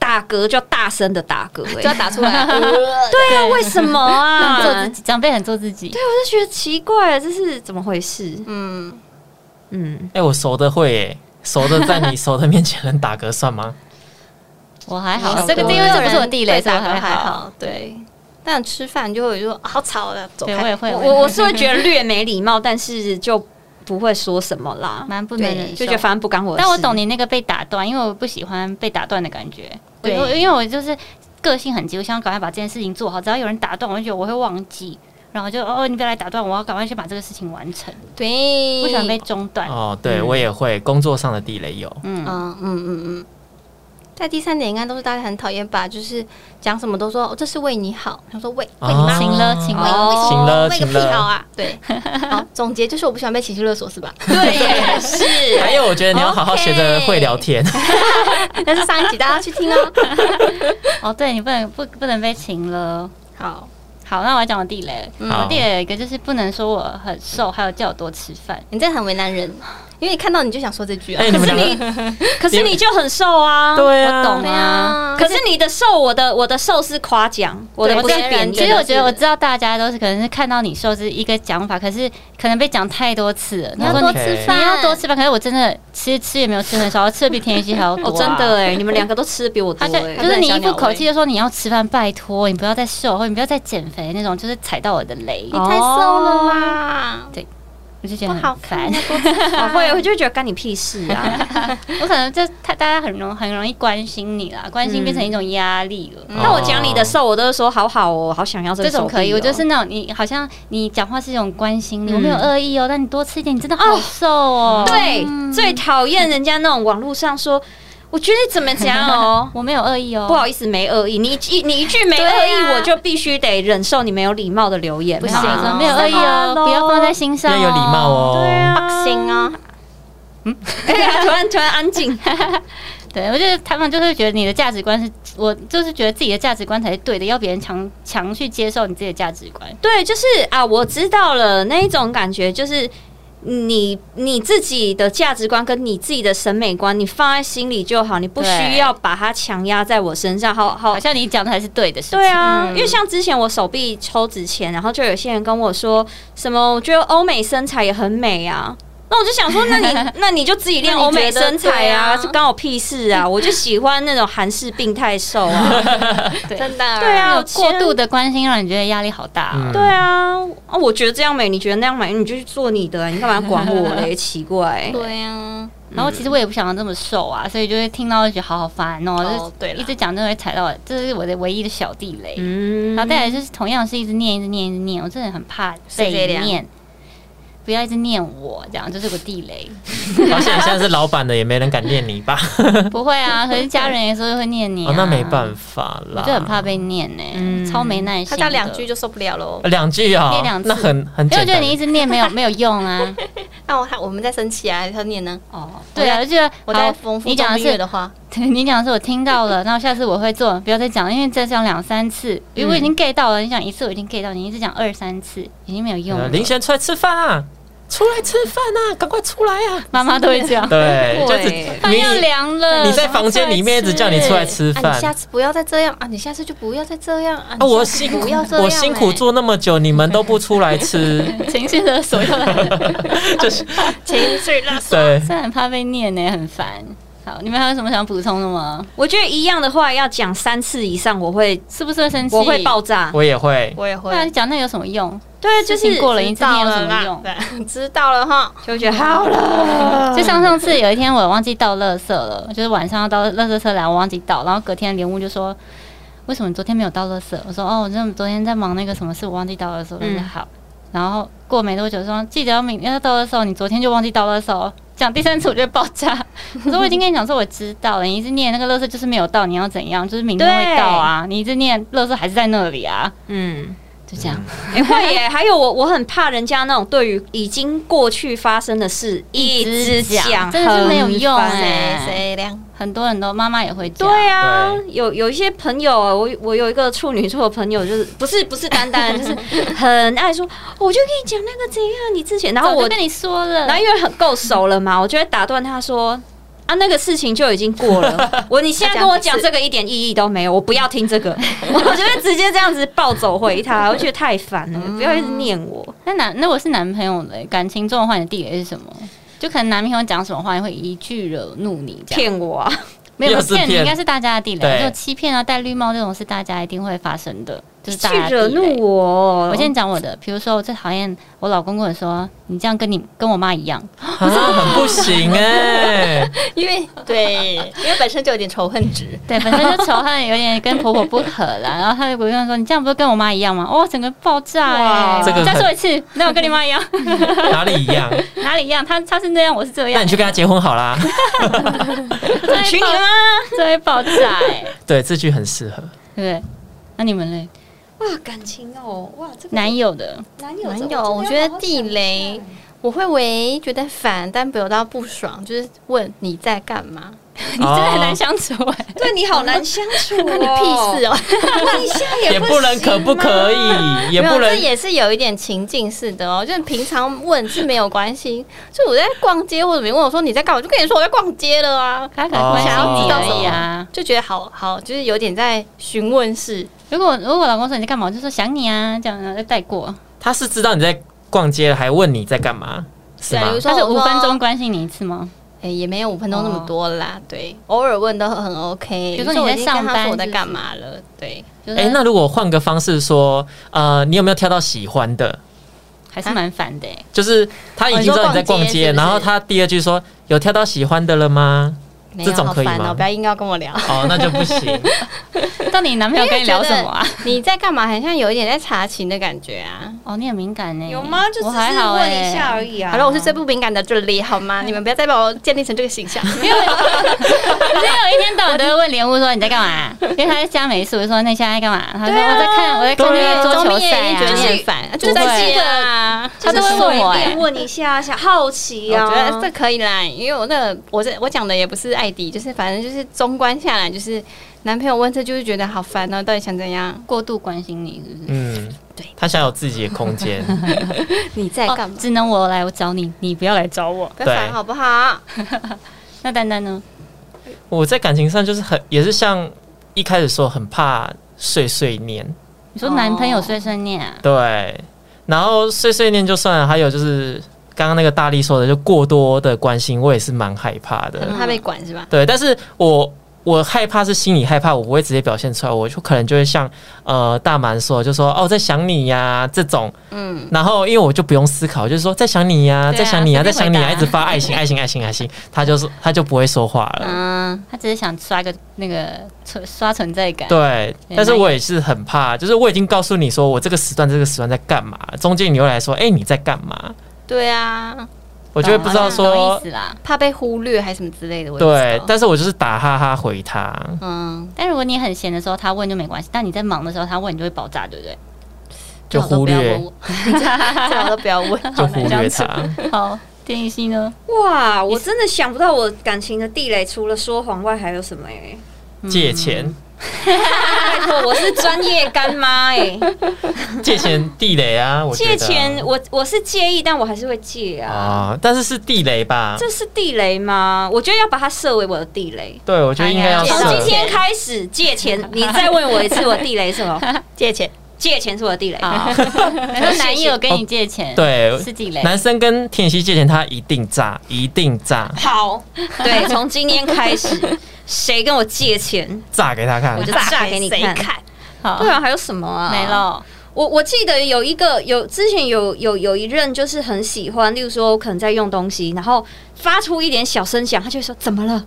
Speaker 4: 打嗝就大声的打嗝、
Speaker 3: 就要
Speaker 4: 哎，
Speaker 3: 打 出来，
Speaker 2: 呃
Speaker 4: 对啊，为什么啊？
Speaker 2: 很做
Speaker 4: 我
Speaker 2: 自己，长辈很做自己。
Speaker 4: 就觉得奇怪，这是怎么回事？
Speaker 3: 嗯，
Speaker 4: 嗯，
Speaker 1: 哎、我熟的会哎、熟的在你熟的面前能打嗝算吗？
Speaker 2: 我还
Speaker 4: 没
Speaker 2: 好，
Speaker 4: 有
Speaker 2: 嗯这个
Speaker 4: 多
Speaker 2: 这个这不是我地雷，所以
Speaker 3: 打
Speaker 2: 我
Speaker 3: 嗝
Speaker 2: 还
Speaker 3: 还
Speaker 2: 好。
Speaker 3: 好，对。但吃饭就会说啊好吵了，走
Speaker 2: 对，我也会，
Speaker 3: 开。
Speaker 4: 我我
Speaker 2: 也
Speaker 4: 我是会觉得略没礼貌，但是就不会说什么啦，
Speaker 2: 蛮不能
Speaker 4: 对，
Speaker 2: 忍
Speaker 4: 就
Speaker 2: 受
Speaker 4: 觉。得反正不干我
Speaker 2: 哦嗯
Speaker 4: 的事。
Speaker 2: 但我懂你那个被打断，因为我不喜欢被打断的感觉。我
Speaker 4: 对
Speaker 2: 我因为我就是个性很急，我想赶快把这件事情做好。只要有人打断，我就觉得我会忘记，然后就哦，哦你别来打断我，我要赶快去把这个事情完成。
Speaker 3: 对，
Speaker 2: 不喜欢被中断。
Speaker 1: 哦，对、我也会，工作上的地雷有。
Speaker 2: 嗯，
Speaker 3: 嗯嗯嗯嗯。在第三点，应该都是大家很讨厌吧，就是讲什么都说、哦、这是为你好，他说为为你妈
Speaker 1: 哦
Speaker 2: 行了，行了。
Speaker 4: 哦
Speaker 1: 行了
Speaker 3: 为个
Speaker 1: 行
Speaker 3: 屁
Speaker 1: 了
Speaker 3: 好 啊！对，好，总结就是我不喜欢被情绪勒索， 是吧？
Speaker 4: 对，是
Speaker 1: 还有，我觉得你要好好学着会聊天。
Speaker 3: 但是上一集大家去听哦。
Speaker 2: 哦，对你不能不不能被请了。
Speaker 3: 好，
Speaker 2: 好，那我来讲我地雷。
Speaker 3: 嗯
Speaker 1: 好
Speaker 2: 我地雷有一个就是不能说我很瘦，还有叫我多吃饭。
Speaker 3: 你这很为难人，因为你看到你就想说这句啊
Speaker 1: 哎、。你们两个
Speaker 4: 可是你就很瘦啊，
Speaker 1: 对
Speaker 2: 我懂
Speaker 1: 啊，
Speaker 3: 对啊
Speaker 4: 可是你的瘦，我的我的瘦是夸奖，我的
Speaker 3: 对
Speaker 4: 不是
Speaker 3: 我觉得
Speaker 4: 贬
Speaker 2: 其
Speaker 4: 低
Speaker 2: 实
Speaker 3: 的
Speaker 2: 我
Speaker 3: 是
Speaker 2: 觉得我知道大家都是可能是看到你瘦是一个讲法，可是可能被讲太多次了。
Speaker 3: 你要
Speaker 2: 然后
Speaker 3: 多
Speaker 2: 你
Speaker 1: OK
Speaker 3: 吃饭，
Speaker 2: 你要多吃饭，可是我真的其实吃也没有吃很少，我吃的比田雨希 还要多、啊
Speaker 4: 哦，真
Speaker 3: 欸
Speaker 4: 的哎，你们两个都吃的比我多
Speaker 2: 而且
Speaker 4: 哎，
Speaker 2: 就是你一副口气就说你要吃饭，拜托你不要再瘦，或者你不要再减肥那种，就是踩到我的雷，哦
Speaker 3: 你太瘦了啦，
Speaker 2: 我就觉
Speaker 3: 啊不
Speaker 2: 得
Speaker 3: 好
Speaker 2: 很烦。
Speaker 3: 看 啊。多吃
Speaker 4: 啊
Speaker 3: 饭
Speaker 4: 会，我就觉得干你屁事啊！
Speaker 2: 我可能就太大家很容很容易关心你啦，
Speaker 3: 嗯
Speaker 2: 关心变成一种压力了。
Speaker 1: 嗯
Speaker 4: 那我讲你的瘦，我都是说好好哦，好想要这个
Speaker 2: 这
Speaker 4: 手
Speaker 2: 种
Speaker 4: 臂
Speaker 2: 可以，
Speaker 4: 哦
Speaker 2: 我就是那种你好像你讲话是一种关心你，
Speaker 4: 嗯
Speaker 2: 我没有恶意哦，但你多吃一点，你真的好瘦哦。
Speaker 4: 对
Speaker 2: 嗯。
Speaker 4: 最讨厌人家那种网络上说，我觉得你怎么怎样哦
Speaker 2: 我没有恶意哦，
Speaker 4: 不好意思，没恶意。你一你一句没恶
Speaker 2: 对
Speaker 4: 意，
Speaker 2: 啊
Speaker 4: 我就必须得忍受你没有礼貌的留言
Speaker 2: 不
Speaker 4: 嘛。
Speaker 2: 行，
Speaker 1: 好
Speaker 2: 我没有恶意哦，
Speaker 4: 嗯 Hello
Speaker 2: 不要放在心上，
Speaker 1: 要有礼貌。哦。
Speaker 4: 对啊，
Speaker 3: 行啊，
Speaker 4: 哎呀，突然突然安静。
Speaker 2: 对，我觉得他们就是觉得你的价值观是，我就是觉得自己的价值观才是对的，要别人强强去接受你自己的价值观。
Speaker 4: 对，就是啊，我知道了那一种感觉，就是你你自己的价值观跟你自己的审美观，你放在心里就好，你不需
Speaker 2: 对
Speaker 4: 要把它强压在我身上。好好
Speaker 2: 好，像你讲的才是对的事情。
Speaker 4: 哦对啊，
Speaker 2: 嗯
Speaker 4: 因为像之前我手臂抽脂前，然后就有些人跟我说什么，我觉得欧美身材也很美啊。那我就想说，那 你那你就自己练
Speaker 3: 那你
Speaker 4: 欧美
Speaker 3: 觉得
Speaker 4: 身材
Speaker 3: 对啊
Speaker 4: 啊，这关我屁事 啊！我就喜欢那种韩式病态瘦啊。
Speaker 2: 对
Speaker 3: 真的。
Speaker 4: 对啊
Speaker 2: 那种过度的关心让你觉得压力好大、
Speaker 1: 嗯
Speaker 2: 哦。
Speaker 4: 对啊，啊，我觉得这样美，你觉得那样美，你就去做你的啊、你干嘛管我嘞？ 奇怪，
Speaker 3: 对啊，
Speaker 2: 然后其实我也不想要这么瘦啊，所以就会听到就觉得好好烦哦。
Speaker 3: 哦
Speaker 2: 就是
Speaker 3: 对啦
Speaker 2: 一直讲真的会踩到，这是我的唯一的小地雷。
Speaker 4: 嗯
Speaker 2: 然后再来就是同样是一直念，一直念，一直念，我真的很怕
Speaker 3: 谁
Speaker 2: 被
Speaker 3: 这样
Speaker 2: 念。不要一直念我，这样就是个地雷。
Speaker 1: 嗯好像你现在是老板的，也没人敢念你 吧？
Speaker 2: 不会啊，可是家人有时候会念你、啊
Speaker 1: 哦，那没办法啦，
Speaker 2: 我就很怕被念呢、
Speaker 4: 嗯
Speaker 2: 超没耐心。
Speaker 3: 他讲两句，就受不了喽。
Speaker 1: 呃两句啊
Speaker 2: 念两，次
Speaker 1: 那很很
Speaker 2: 因为我
Speaker 1: 简
Speaker 2: 觉得你一
Speaker 1: 单。
Speaker 2: 直念没有没有用啊。
Speaker 3: 那我还我们在生气啊，他念呢。
Speaker 4: 哦，
Speaker 2: 对啊，我觉得
Speaker 3: 我在
Speaker 2: 好
Speaker 3: 丰富
Speaker 2: 你讲
Speaker 3: 中
Speaker 2: 的
Speaker 3: 音乐
Speaker 2: 是
Speaker 3: 的话，
Speaker 2: 对 你讲的是我听到了，那我下次我会做，不要再讲，因为再讲两三次，因为我已
Speaker 1: 嗯
Speaker 2: 经 get 到了。你讲一次我已经 get 到，你一直讲二三次已经没有用
Speaker 1: 呃
Speaker 2: 了。
Speaker 1: 林贤出来吃饭啊，出来吃饭啊，赶快出来啊！
Speaker 2: 妈妈都会这 样，
Speaker 1: 对，
Speaker 4: 对
Speaker 1: 就是
Speaker 2: 饭要
Speaker 1: 你
Speaker 2: 凉了。
Speaker 1: 你在房间里面一直叫你出来吃
Speaker 3: 啊，你
Speaker 1: 饭
Speaker 3: 下次不要再这样啊，你下次就不要再这样啊。
Speaker 1: 啊，我
Speaker 3: 你下次
Speaker 1: 辛苦
Speaker 3: 不要这样，
Speaker 1: 我辛苦
Speaker 3: 哎
Speaker 1: 做那么久，你们都不出来吃，
Speaker 2: 情绪勒索又来了，
Speaker 1: 就是
Speaker 3: 情绪勒索。
Speaker 1: 对。
Speaker 2: 虽然很怕被念呢、很烦。好，你们还有什么想补充的吗？
Speaker 4: 我觉得一样的话要讲三次以上，我会
Speaker 2: 是不是会生气？
Speaker 4: 我会爆炸。
Speaker 1: 我也会，
Speaker 3: 我也
Speaker 2: 不
Speaker 3: 会
Speaker 2: 然讲那有什么用？
Speaker 4: 对，就
Speaker 2: 事情
Speaker 4: 是
Speaker 2: 过了一次念有什么用？
Speaker 3: 用？知道了哈。
Speaker 4: 就会觉得好了，
Speaker 2: 就像上次有一天我忘记倒垃圾了，就是晚上要倒垃圾车来，我忘记倒，然后隔天莲雾就说。为什么你昨天没有倒垃圾？我说哦，我真的昨天在忙那个什么事，我忘记倒垃圾了。
Speaker 4: 嗯
Speaker 2: 嗯、好，然后过没多久说记得要明天要倒垃圾哦，你昨天就忘记倒垃圾哦。讲第三次我就会爆炸。可是我已经跟你讲说我知道了，你一直念那个垃圾就是没有倒，你要怎样？就是明天会
Speaker 4: 对
Speaker 2: 倒啊，你一直念垃圾还是在那里啊。
Speaker 4: 嗯，
Speaker 2: 就这样。
Speaker 4: 哎、会耶！还有我，我很怕人家那种对于已经过去发生的事一直 讲，
Speaker 2: 真的是没有用
Speaker 4: 很烦
Speaker 2: 哎
Speaker 3: 谁亮？
Speaker 2: 很多人都妈妈也会这样，
Speaker 4: 对啊，
Speaker 1: 对
Speaker 4: 有有一些朋友啊，我我有一个处女座的朋友，就是不是不是单单 就是很爱说，哦我就跟你讲那个怎样，你之前，然后
Speaker 2: 早就
Speaker 4: 我
Speaker 2: 跟你说了，
Speaker 4: 然后因为很够熟了嘛，我就会打断他说。啊，那个事情就已经过 了。我你现在跟我讲这个一点意义都没有，我不要听这个，我就会直接这样子暴走回他，我觉得太烦了，不要一直念我。
Speaker 2: 那男那我是男朋友嘞，感情中的话，你的地雷是什么？就可能男朋友讲什么话，会一句惹怒你这样。
Speaker 4: 骗我啊！
Speaker 2: 没有
Speaker 1: 又是
Speaker 2: 骗你，
Speaker 1: 骗
Speaker 2: 应该是大家的地雷。
Speaker 1: 对
Speaker 2: 就欺骗啊、戴绿帽这种是大家一定会发生的，就是大
Speaker 4: 去
Speaker 2: 家
Speaker 4: 惹
Speaker 2: 的地雷
Speaker 4: 怒。我，
Speaker 2: 我先讲我的，比如说我最讨厌我老公跟我说：“你这样跟你跟我妈一样。
Speaker 1: 啊，很不行哎、
Speaker 3: 因为对，因为本身就有点仇恨值”，
Speaker 2: 对，本身就仇恨有点跟婆婆不合 啦。然后他就不跟我说：“你这样不是跟我妈一样吗？”哦，整个爆炸哎、
Speaker 4: 哇
Speaker 1: 这个
Speaker 2: 再
Speaker 1: 很
Speaker 2: 说一次，那我跟你妈 一样，
Speaker 1: 哪里一样？
Speaker 2: 哪里一样？她她是那样，我是这
Speaker 1: 那
Speaker 2: 样
Speaker 1: 你，去跟他结婚好啦。
Speaker 2: 这会爆
Speaker 4: 娶你吗？
Speaker 2: 这会爆炸哎、
Speaker 1: 对，这句很适合。
Speaker 2: 对不对？那你们嘞？
Speaker 4: 哇，感情哦，哇，这个
Speaker 2: 男友 的，
Speaker 1: 啊
Speaker 4: 男友
Speaker 3: 男
Speaker 4: 这
Speaker 3: 友
Speaker 4: 真的
Speaker 3: 我
Speaker 4: 要
Speaker 3: 觉得
Speaker 4: 好好
Speaker 3: 地
Speaker 4: 想一啊
Speaker 3: 雷
Speaker 4: 下
Speaker 3: 我会为觉得烦，但没有到不爽，就是问你在干嘛，
Speaker 1: 你
Speaker 2: 你真
Speaker 1: 哦
Speaker 2: 的很难相处哎、
Speaker 4: 对你好难相处、哦，
Speaker 3: 关你屁事
Speaker 4: 哦！
Speaker 3: 哦。
Speaker 4: 问一下
Speaker 1: 也
Speaker 4: 也
Speaker 1: 不能
Speaker 4: 行
Speaker 1: 可不可
Speaker 4: 吗？
Speaker 1: 以，也
Speaker 3: 没有，
Speaker 1: 不
Speaker 3: 这
Speaker 1: 能。
Speaker 3: 也是有一点情境式的哦，就是平常问是没有关系，就我在逛街或者别人问我说你在干嘛，我就跟你说我在逛街了啊，
Speaker 2: 他可能关心你而已啊。
Speaker 3: 就觉得好好，就是有点在询问式，
Speaker 2: 如果如果老公说你在干嘛，我就说想你啊，这样然后就带过。
Speaker 1: 他是知道你在逛街了，还问你在干嘛，是
Speaker 3: 对
Speaker 1: 吗
Speaker 3: 比如？说
Speaker 2: 他是
Speaker 3: 我
Speaker 2: 五
Speaker 3: 说
Speaker 2: 分钟关心你一次吗？
Speaker 3: 哎、也没有五分钟那么多啦，对，偶尔问都很
Speaker 2: 比
Speaker 3: OK。
Speaker 2: 如说
Speaker 3: 有时
Speaker 2: 你
Speaker 3: 候我
Speaker 2: 在
Speaker 3: 已经跟
Speaker 2: 上
Speaker 3: 他
Speaker 2: 班
Speaker 3: 说我
Speaker 2: 是
Speaker 3: 在
Speaker 2: 不
Speaker 3: 干
Speaker 2: 是
Speaker 3: 嘛了，对，
Speaker 2: 就是、
Speaker 1: 哎、那如果换个方式说，呃，你有没有挑到喜欢的？
Speaker 2: 还是蛮烦的、欸。
Speaker 1: 就是他已经知道你在逛
Speaker 3: 哦你说逛街
Speaker 1: 街，
Speaker 3: 是不是
Speaker 1: 然后他第二句说有挑到喜欢的了吗？
Speaker 3: 没
Speaker 1: 这
Speaker 3: 有
Speaker 1: 种
Speaker 3: 好
Speaker 1: 可以
Speaker 3: 烦
Speaker 1: 吗
Speaker 3: 哦，不要硬要跟我聊。
Speaker 1: 哦，那就不行。
Speaker 2: 到底你男朋友跟你聊什么啊？
Speaker 3: 你在干嘛？很像有一点在查情的感觉啊。
Speaker 2: 哦，你很敏感呢、
Speaker 4: 有吗？就只
Speaker 2: 我
Speaker 4: 是
Speaker 2: 还好
Speaker 4: 问 一下
Speaker 2: 欸
Speaker 4: 而已啊。
Speaker 3: 好了，我是最不敏感的这里，好吗？你们不要再把我建立成这个形象。没有，
Speaker 2: 可是有一天到晚都会问莲雾说你在干嘛，因为他在加美术，我就说那你现在在干嘛？他说
Speaker 4: 对啊
Speaker 2: 我在看我在看那个桌球赛
Speaker 3: 觉得你
Speaker 2: 啊。
Speaker 3: 很烦，
Speaker 2: 就
Speaker 3: 就
Speaker 2: 在
Speaker 3: 在
Speaker 2: 这
Speaker 3: 这
Speaker 2: 个
Speaker 3: 个啊。
Speaker 4: 就
Speaker 2: 他都
Speaker 4: 是
Speaker 2: 会问我
Speaker 4: 随
Speaker 2: 哎、
Speaker 4: 便问一下，想好奇
Speaker 3: 我
Speaker 4: 啊。
Speaker 3: 觉得哎这可以啦，因为我那个我这我讲的也不是艾迪，就是反正就是中观下来，就是男朋友问这就是觉得好烦哦，到底想怎样？
Speaker 2: 过度关心你是不是？
Speaker 1: 嗯，
Speaker 3: 对，
Speaker 1: 他想有自己的空间。
Speaker 3: 你在干
Speaker 2: 哦
Speaker 3: 嘛？
Speaker 2: 只能我来我找你，你不要来找我。
Speaker 3: 不要烦好不好？
Speaker 2: 那丹丹呢？
Speaker 1: 我在感情上就是很，也是像一开始说，很怕碎碎念，
Speaker 2: 你说男朋友碎碎念啊？
Speaker 1: 对，然后碎碎念就算了，还有就是刚刚那个大力说的，就过多的关心，我也是蛮害怕
Speaker 2: 嗯
Speaker 1: 的。
Speaker 3: 他被管是吧？
Speaker 1: 对，但是我我害怕是心里害怕，我不会直接表现出来，我就可能就会像呃大蛮说，就说哦我在想你呀、这种，
Speaker 3: 嗯，
Speaker 1: 然后因为我就不用思考，就是说在想你呀、
Speaker 2: 对啊
Speaker 1: 在想你呀、
Speaker 2: 随
Speaker 1: 在想
Speaker 2: 便回
Speaker 1: 你
Speaker 2: 答
Speaker 1: 呀、一直发爱心爱心爱心爱心，他就是他就不会说话了。
Speaker 3: 嗯，
Speaker 2: 他只是想刷个那个存刷存在感。
Speaker 1: 对，
Speaker 2: 对
Speaker 1: 但是
Speaker 2: 那
Speaker 1: 我也是很怕，就是我已经告诉你说我这个时段这个时段在干嘛，中间你又来说，哎、你在干嘛？
Speaker 3: 对啊，
Speaker 1: 我就会不知道
Speaker 2: 懂
Speaker 1: 说
Speaker 2: 意，思啦。
Speaker 3: 怕被忽略还是什么之类的。我也不知
Speaker 1: 对
Speaker 3: 道，
Speaker 1: 但是我就是打哈哈回他，
Speaker 3: 嗯，
Speaker 2: 但如果你很闲的时候，他问就没关系；但你在忙的时候，他问你就会爆炸，对不对？
Speaker 1: 就
Speaker 3: 最好都
Speaker 1: 忽
Speaker 3: 不要
Speaker 1: 略
Speaker 3: 问我，最好都不要问。
Speaker 1: 就忽略他。
Speaker 2: 好，电影系呢？
Speaker 4: 哇，我真的想不到我感情的地雷，除了说谎外还有什么哎、
Speaker 1: 借钱，
Speaker 4: 拜托，我是专业干妈哎、
Speaker 1: 借钱地雷啊！我觉得
Speaker 4: 借钱我我是介意，但我还是会借啊。
Speaker 1: 啊，但是是地雷吧？
Speaker 4: 这是地雷吗？我觉得要把它设为我的地雷。
Speaker 1: 对，我觉得应该要
Speaker 2: 哎呀
Speaker 4: 从
Speaker 1: 设
Speaker 4: 今天开始借 钱，你再问我一次，我地雷是什么？
Speaker 3: 借钱，
Speaker 4: 借钱是哦我的地雷。
Speaker 2: 好，那男友跟你借钱，，
Speaker 1: 对
Speaker 2: 是地雷。
Speaker 1: 男生跟田曦借钱，他一定炸，一定炸，
Speaker 4: 好，对，从今天开始，谁跟我借钱，
Speaker 1: 炸给他看
Speaker 4: 我。就 炸给你
Speaker 3: 谁
Speaker 4: 看。
Speaker 3: 看。
Speaker 2: 好
Speaker 4: 对，啊，还有什么啊？
Speaker 2: 没。了。
Speaker 4: 我我记得有一个有之前有有有一任就是很喜欢，例如说我可能在用东西，然后发出一点小声响，他就会说怎么了？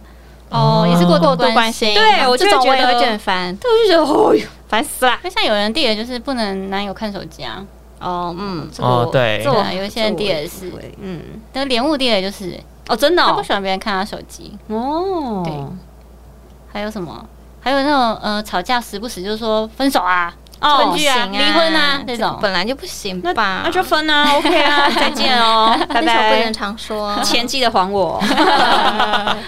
Speaker 2: 哦，也是过
Speaker 1: 过
Speaker 2: 度关心。
Speaker 3: 心
Speaker 4: 对我就会
Speaker 3: 这种我也
Speaker 4: 觉
Speaker 3: 会
Speaker 4: 得
Speaker 3: 觉得很烦，
Speaker 4: 对，我就觉得哦哟，
Speaker 3: 烦死啦。
Speaker 2: 就像有人地雷就是不能男友看手机啊，
Speaker 3: 哦，嗯，
Speaker 4: 这个我
Speaker 1: 哦对
Speaker 4: 这我
Speaker 2: 对啊有一些人
Speaker 4: 这我
Speaker 2: 地雷是
Speaker 4: 对嗯，
Speaker 2: 但是莲雾地雷就是
Speaker 4: 哦，真的
Speaker 2: 他
Speaker 4: 哦
Speaker 2: 不，喜欢别人看他手机。
Speaker 4: 哦
Speaker 2: 对还有什么？还有那种呃，吵架时不时就说分手啊，
Speaker 4: 哦
Speaker 2: 分居啊、
Speaker 3: 不行
Speaker 2: 离婚啊这种。
Speaker 3: 本来就不行
Speaker 4: 那
Speaker 3: 吧？
Speaker 4: 那就分啊，OK 啊，再见哦，拜
Speaker 3: 那时候不能
Speaker 4: 拜。
Speaker 3: 常说。
Speaker 4: 钱记得还我。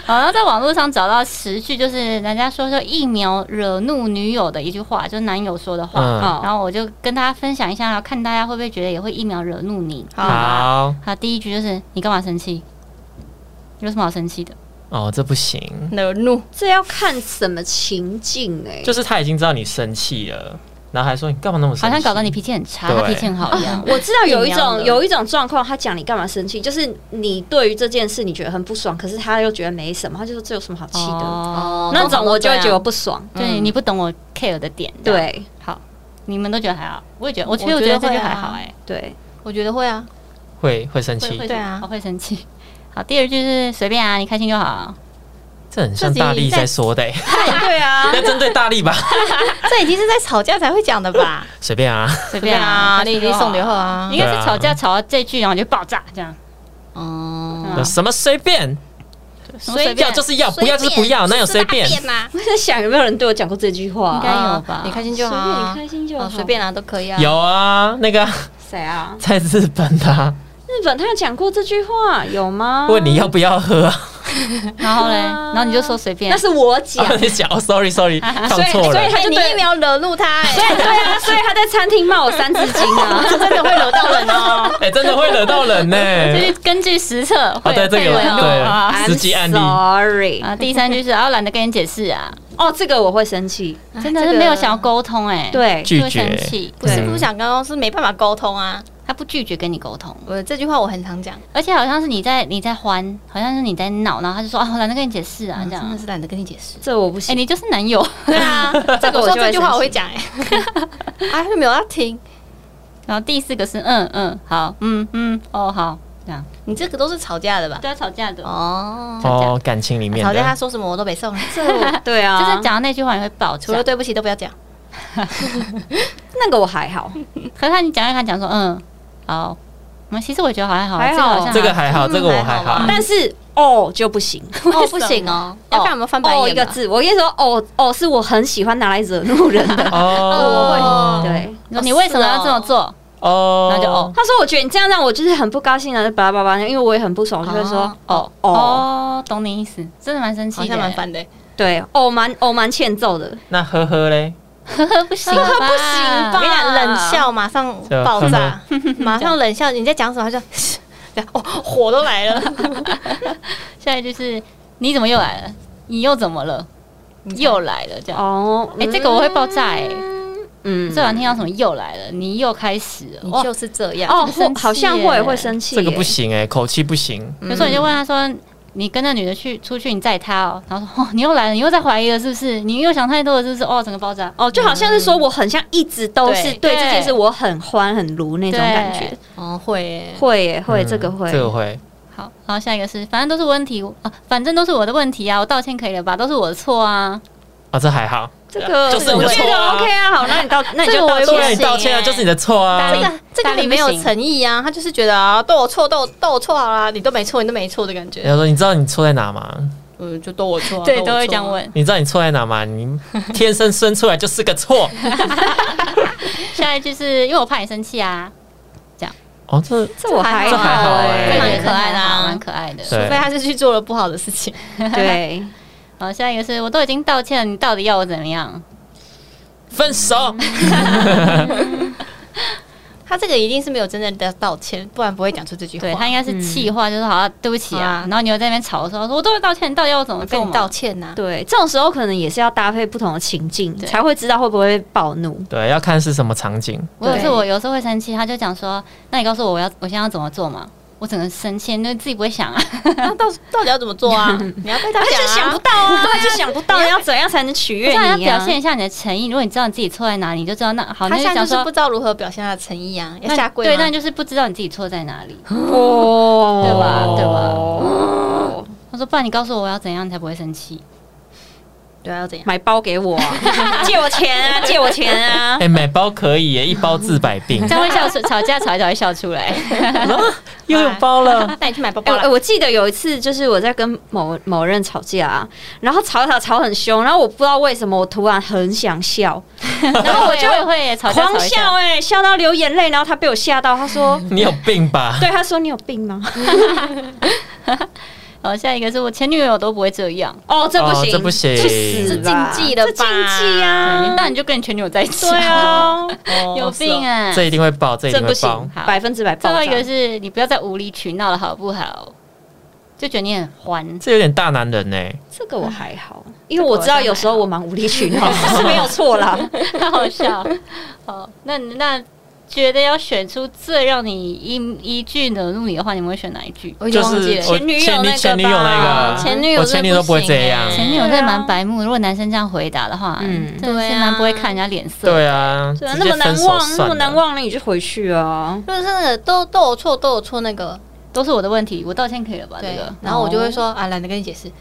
Speaker 2: 好，然后在网络上找到十句，就是人家说说疫苗惹怒女友的一句话，就是男友说的话。
Speaker 1: 嗯
Speaker 4: 哦
Speaker 2: 然后我就跟大家分享一下，然后看大家会不会觉得也会疫苗惹怒你。
Speaker 3: 好，
Speaker 1: 好
Speaker 2: 好，第一句就是你干嘛生气？有什么好生气的？
Speaker 1: 哦，这不行，
Speaker 3: 惹怒，
Speaker 4: 这要看什么情境哎、
Speaker 1: 就是他已经知道你生气了，然后还说你干嘛那么生气，
Speaker 2: 好像搞得你脾气很差，他
Speaker 1: 对
Speaker 2: 脾气很好 一样。
Speaker 4: 我知道有一
Speaker 2: 疫苗
Speaker 4: 种
Speaker 2: 了
Speaker 4: 有一种状况，他讲你干嘛生气，就是你对于这件事你觉得很不爽，可是他又觉得没什么，他就说这有什么好气的。
Speaker 2: 哦，
Speaker 4: 那种我就会觉得我
Speaker 3: 得
Speaker 4: 不爽。
Speaker 2: 对你不懂我 care 的点。这样，
Speaker 4: 对
Speaker 2: 好，你们都觉得还好，我也觉得，我其实
Speaker 3: 我
Speaker 2: 我
Speaker 3: 觉
Speaker 2: 觉得
Speaker 3: 得
Speaker 2: 这
Speaker 3: 会
Speaker 2: 就
Speaker 3: 啊
Speaker 2: 还好哎。
Speaker 4: 对，
Speaker 3: 我觉得会啊，
Speaker 1: 会会生
Speaker 2: 会
Speaker 1: 气
Speaker 2: 会，
Speaker 3: 对啊
Speaker 2: 我会生气。好，第二句是随便啊，你开心就好。
Speaker 1: 这很像大力在说的、欸，
Speaker 4: 对 啊，
Speaker 1: 那针对大 力吧，
Speaker 3: 这已经是在吵架才会讲的吧？
Speaker 1: 随便啊，
Speaker 2: 随
Speaker 3: 对
Speaker 2: 便啊，
Speaker 3: 你已经送刘后啊
Speaker 2: 应，该
Speaker 1: 对啊
Speaker 2: 是吵架吵到这句，然后就爆炸这样。
Speaker 3: 嗯，
Speaker 2: 嗯
Speaker 1: 什么随便，
Speaker 2: 什么随便
Speaker 1: 要就是要，不要就是不要，哪有随便？
Speaker 3: 嘛？
Speaker 4: 我在想有没有人对我讲过这句话、啊
Speaker 2: 应该有吧
Speaker 3: 你开心就好
Speaker 4: 随便你
Speaker 3: 啊，
Speaker 4: 开心就好，
Speaker 3: 哦随便啊都可以啊。
Speaker 1: 有啊，那个
Speaker 4: 谁啊？
Speaker 1: 在日本的、啊、
Speaker 4: 日本他有讲过这句话有吗？
Speaker 2: 哦
Speaker 1: 问你要不要喝、啊，
Speaker 2: 然后嘞，
Speaker 4: 啊
Speaker 2: 然后你就说随便
Speaker 4: 那。是我讲，
Speaker 1: 你讲 哦，sorry sorry，放
Speaker 2: 啊
Speaker 4: 所以
Speaker 1: 错
Speaker 4: 所以
Speaker 1: 了，
Speaker 4: 他
Speaker 3: 哎
Speaker 4: 就
Speaker 3: 你
Speaker 4: 对
Speaker 3: 疫苗惹怒他，哎，
Speaker 4: 对啊，所以他在餐厅骂我三字经 啊，
Speaker 3: 真的会惹到人哦。
Speaker 1: 哎、真的会惹到 人呢、
Speaker 2: 就是根据实测
Speaker 1: 哦，
Speaker 2: 会
Speaker 1: 对，这个有
Speaker 2: 会有啊
Speaker 1: 对
Speaker 4: I'm
Speaker 1: 实际案例，
Speaker 4: Sorry，
Speaker 2: 啊，第三句是啊，懒得跟你解释啊，
Speaker 4: 哦，这个我会生气，
Speaker 2: 真的是没有想要沟通哎，，
Speaker 4: 对，
Speaker 1: 拒
Speaker 2: 会
Speaker 1: 绝
Speaker 2: 生气，
Speaker 3: 不是
Speaker 1: 嗯
Speaker 3: 不想沟通，是没办法沟通啊。
Speaker 2: 他不拒绝跟你沟通，
Speaker 3: 我这句话我很常讲，
Speaker 2: 而且好像是你在你在欢，好像是你在闹，然后他就说啊，我懒得跟你解释啊，这
Speaker 3: 真的
Speaker 2: 样，
Speaker 3: 是懒得跟你解释。
Speaker 4: 这我不
Speaker 2: 哎，
Speaker 4: 行。
Speaker 2: 你就是男友，
Speaker 3: 对啊，这
Speaker 4: 这
Speaker 3: 个
Speaker 4: 个
Speaker 3: 我
Speaker 4: 我
Speaker 3: 说
Speaker 4: 就会
Speaker 3: 这句话
Speaker 4: 生
Speaker 3: 我会
Speaker 4: 气
Speaker 3: 讲哎， 啊，就没有要听。
Speaker 2: 然后第四个是嗯嗯好嗯嗯哦好这样，
Speaker 3: 你这个都是吵架的吧？
Speaker 2: 对啊，吵架的，
Speaker 3: 哦，
Speaker 1: 哦，感情里面
Speaker 3: 吵架他
Speaker 1: 的，
Speaker 3: 说什么我都没送，
Speaker 4: 这我对啊，
Speaker 2: 就是讲到那句话你会爆
Speaker 3: 除
Speaker 2: 炸
Speaker 3: 了，对不起都不要讲。
Speaker 4: 那个我还好，
Speaker 2: 可是他你讲一讲讲说嗯好，嗯其实我觉得还好，
Speaker 4: 还
Speaker 2: 这个
Speaker 4: 好
Speaker 2: 好像
Speaker 1: 这个还好，
Speaker 3: 嗯
Speaker 1: 这个我还
Speaker 3: 还好
Speaker 1: 好
Speaker 3: 吧，
Speaker 4: 但是哦就不行，
Speaker 3: 哦，不行哦，要不然我们翻白
Speaker 4: 哦
Speaker 3: 眼
Speaker 4: 一个
Speaker 3: 吧。
Speaker 4: 字，我跟你说，哦哦是我很喜欢拿来惹怒人的。
Speaker 1: 哦，
Speaker 4: 对，
Speaker 2: 你说你为什么要这么做？
Speaker 1: 哦，
Speaker 2: 那就哦
Speaker 4: 他说我觉得你这样让我就是很不高兴啊，巴拉巴拉，因为我也很不爽，我就会说哦哦，
Speaker 2: 哦，懂你意思，真的蛮生
Speaker 3: 好
Speaker 2: 气的，
Speaker 3: 像蛮烦的，
Speaker 4: 对，哦蛮哦蛮欠揍的，
Speaker 1: 那呵呵嘞，
Speaker 2: 呵呵， 不行吧，
Speaker 4: 呵呵不行
Speaker 3: 我跟你讲，
Speaker 4: 啊
Speaker 3: 冷笑马上
Speaker 1: 对
Speaker 3: 爆炸，马上冷笑。你在讲什么？他就 这样，哦，火都来了，
Speaker 2: 下一句是你怎么又来了？你又怎么了？又来了这样。
Speaker 4: 哦，
Speaker 2: 哎、
Speaker 4: 嗯
Speaker 2: 这个我会爆炸哎、
Speaker 4: 嗯
Speaker 2: 最晚听到什么又来了，你又开始了
Speaker 3: 你
Speaker 2: 哇！
Speaker 3: 就是这样。
Speaker 4: 哦，
Speaker 2: 很生
Speaker 4: 或
Speaker 2: 气
Speaker 4: 好像
Speaker 2: 耶
Speaker 4: 会会生气耶，
Speaker 1: 这个不行哎，口气不行，
Speaker 3: 嗯
Speaker 2: 有时候你就问他说：“你跟那女的去出去，你载她哦。”然后说：“哦，你又来了，你又在怀疑了，是不是？你又想太多了，是不是？”哦，整个爆炸。
Speaker 4: 哦，就好像是说我很像一直都是
Speaker 3: 对
Speaker 2: 对
Speaker 4: 对这件事我很欢很如那种感觉
Speaker 2: 对，
Speaker 3: 哦，会耶，
Speaker 4: 会耶会
Speaker 1: 嗯
Speaker 4: 这个会
Speaker 1: 这，个会，
Speaker 2: 好，然后下一个是，反正都是问题啊，反正都是我的问题啊，我道歉可以了吧？都是我的错啊。
Speaker 1: 啊，这还好，
Speaker 4: 这个
Speaker 1: 就是
Speaker 4: 我
Speaker 1: 我的
Speaker 4: 觉
Speaker 1: 错
Speaker 4: 得
Speaker 1: 啊
Speaker 4: OK 啊，好，那你 到那你就
Speaker 3: 这
Speaker 4: 到
Speaker 3: 个我也
Speaker 4: 歉
Speaker 3: 不
Speaker 1: 对啊，
Speaker 3: 行
Speaker 1: 你道歉啊，
Speaker 3: 哎
Speaker 1: 就是你的错啊
Speaker 2: 大
Speaker 3: 这
Speaker 2: 力，
Speaker 3: 个这个
Speaker 2: 大力
Speaker 3: 你
Speaker 2: 不
Speaker 3: 没有
Speaker 2: 行
Speaker 3: 诚意啊，他就是觉得啊，都我错，都我都我错好啦，你都没错，你都没错的感觉。
Speaker 1: 然后说你知道你错在哪吗？
Speaker 3: 嗯，就都我错啊，
Speaker 2: 对，
Speaker 3: 我
Speaker 2: 都会这
Speaker 3: 错啊
Speaker 2: 样。问。
Speaker 1: 你知道你错在哪吗？你天生生出来就是个错，
Speaker 2: 下一句是因为我怕你生气啊，
Speaker 1: 哦，这
Speaker 4: 这我还
Speaker 1: 这还好
Speaker 4: 耶
Speaker 1: 哎
Speaker 2: 这
Speaker 1: 这
Speaker 2: 个
Speaker 1: 蛮
Speaker 2: 也
Speaker 3: 可爱的啊
Speaker 2: 蛮可爱的。
Speaker 3: 除
Speaker 1: 对
Speaker 3: 非他是去做了不好的事情，
Speaker 4: 对，
Speaker 2: 好，哦下一个是我都已经道歉了，你到底要我怎么样？
Speaker 1: 分手，
Speaker 3: 他这个一定是没有真正的道歉，不然不会讲出这句话。
Speaker 2: 对他应该是气话，就是好、啊，对不起啊
Speaker 3: 啊，
Speaker 2: 然后你又在那边吵说，我都会道歉，你到底要我怎么
Speaker 3: 跟
Speaker 2: 做
Speaker 3: 你
Speaker 2: 嘛
Speaker 3: 道？歉呐、
Speaker 4: 对，这种时候可能也是要搭配不同的情境，
Speaker 2: 对
Speaker 4: 才会知道会不会暴怒。
Speaker 1: 对，要看是什么场景，
Speaker 2: 我有时
Speaker 4: 对
Speaker 2: 候我有时候会生气，他就讲说，那你告诉我我要我现在要怎么做嘛？我整个生气，那自己不会想啊，
Speaker 3: 那到到底要怎么做 啊？你要被他讲、啊，
Speaker 4: 到啊，对，就想不到要怎样才能取悦
Speaker 2: 这样要
Speaker 4: 你
Speaker 2: 表
Speaker 4: 啊。
Speaker 2: 现一下你的诚意。如果你知道你自己错在哪里，你就知道那好，那
Speaker 3: 他
Speaker 2: 就
Speaker 3: 现在
Speaker 2: 讲
Speaker 3: 就是
Speaker 2: 说
Speaker 3: 不知道如何表现他的诚意啊，要
Speaker 2: 那
Speaker 3: 下跪
Speaker 2: 对，
Speaker 3: 吗
Speaker 2: 那你就是不知道你自己错在哪里。
Speaker 4: 哦，
Speaker 2: 对吧对吧
Speaker 4: 吧？
Speaker 2: 他说，不然你告诉我我要怎样才不会生气？
Speaker 3: 对啊，要怎 样？
Speaker 4: 买包给 我、啊，借我钱啊，借我钱啊
Speaker 1: 哎、！买包可以耶，一包治百病
Speaker 2: 这，样会笑出吵架吵一吵会笑出来。
Speaker 1: 又有包 了。
Speaker 3: 带你去买包
Speaker 4: 哎、
Speaker 3: 包
Speaker 4: 哎
Speaker 3: 了。
Speaker 4: 我记得有一次，就是我在跟某某人吵架、啊，然后吵一吵吵很凶，然后我不知道为什么，我突然很想 笑，
Speaker 2: 然后我就会会吵架
Speaker 4: 狂
Speaker 2: 吵一
Speaker 4: 笑
Speaker 2: 笑，
Speaker 4: 哎、笑到流眼泪，然后他被我吓到，他说
Speaker 1: 你有病吧？：“
Speaker 4: 对，他说你有病吗
Speaker 2: 然后下一个是我前女友都不会这样，？”
Speaker 4: 哦，这不行，
Speaker 1: 哦这不行
Speaker 4: 去死吧
Speaker 3: 这禁忌了吧
Speaker 4: 这禁忌啊！
Speaker 2: 那你就跟你前女友在一起，
Speaker 4: 对，啊，
Speaker 3: 哎哦
Speaker 2: 有病啊！
Speaker 1: 哦这一定会爆，这一
Speaker 4: 这
Speaker 1: 定
Speaker 4: 不
Speaker 1: 会
Speaker 4: 行
Speaker 1: 爆。，
Speaker 2: 好
Speaker 4: 百分之百爆
Speaker 2: 最
Speaker 4: 炸。
Speaker 2: 后一个是你不要再无理取闹了，好不好？就觉得你很欢，
Speaker 1: 这有点大男人呢、欸
Speaker 4: 这个我还好，因为我知道有时候我蛮无理取闹， 是没有错啦。
Speaker 2: 好好笑。好，那那觉得要选出最让你一一句惹怒你的话，你们会选哪一句？
Speaker 3: 我已经
Speaker 1: 就
Speaker 3: 忘
Speaker 1: 是
Speaker 3: 记了
Speaker 1: 我
Speaker 4: 前女友
Speaker 1: 前
Speaker 4: 那个
Speaker 1: 前女友
Speaker 4: 吧
Speaker 1: 那个，
Speaker 3: 前女友
Speaker 1: 我
Speaker 3: 真的
Speaker 1: 前女友都不会
Speaker 3: 行欸
Speaker 1: 这样。
Speaker 2: 前女友真的蛮白目，如果男生这样回答的话，嗯
Speaker 4: 嗯，
Speaker 2: 真的是
Speaker 3: 对啊
Speaker 2: 蛮不会看人家脸色。
Speaker 1: 对啊，
Speaker 4: 对啊，
Speaker 1: 直
Speaker 4: 那
Speaker 1: 接
Speaker 4: 么难
Speaker 1: 分手
Speaker 4: 忘，那
Speaker 1: 算
Speaker 4: 么
Speaker 1: 了。
Speaker 4: 难忘，那你就回去啊。
Speaker 3: 就是那个都都有错，都有错那个，
Speaker 2: 都是我的问题，我道歉可以了吧？这
Speaker 3: 对
Speaker 2: 个。
Speaker 3: 然后我就会说啊，懒得跟你解释。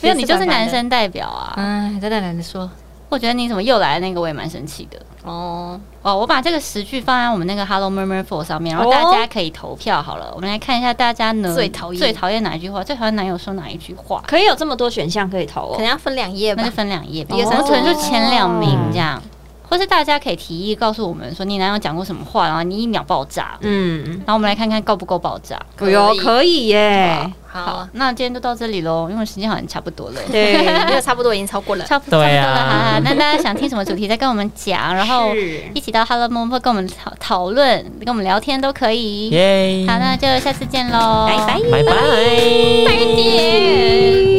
Speaker 2: 没有，你就是
Speaker 3: 也是白白的
Speaker 2: 男生代表啊！
Speaker 3: 哎，真的懒得说。
Speaker 2: 我觉得你怎么又来那个，我也蛮生气的。
Speaker 3: 哦，
Speaker 2: 哦，我把这个十句放在我们那个 Hello Murmur Four 上面，然后
Speaker 4: 哦
Speaker 2: 大家可以投票好了。我们来看一下大家呢
Speaker 3: 最讨厌
Speaker 2: 最讨厌哪一句话，最讨厌男友说哪一句话，
Speaker 4: 可以有这么多选项可以投
Speaker 3: 可
Speaker 4: 哦
Speaker 3: 能。要分两页
Speaker 2: 那
Speaker 3: 吧
Speaker 2: 就。分两页吧。
Speaker 3: 一二
Speaker 2: 我
Speaker 3: 三哦
Speaker 2: 们可能就前两名
Speaker 1: 嗯
Speaker 2: 这样，或是大家可以提议告诉我们说你男友讲过什么话，然后你一秒爆炸。
Speaker 4: 嗯，
Speaker 2: 然后我们来看看够不够爆炸。
Speaker 3: 可以
Speaker 4: 有哦可以耶。
Speaker 3: 好，啊
Speaker 2: 那今天就到这里喽，因为时间好像差不多了。
Speaker 4: 对，
Speaker 3: 这个差不多已经超过了。
Speaker 2: 差不多了，
Speaker 1: 对啊
Speaker 2: 哈哈。那大家想听什么主题，再跟我们讲，然后
Speaker 4: 是
Speaker 2: 一起到 Hello m o m 跟我们讨讨论，跟我们聊天都可以。
Speaker 1: 耶，
Speaker 2: 好，那就下次见喽，
Speaker 4: 拜拜。
Speaker 1: 拜拜。
Speaker 2: 拜拜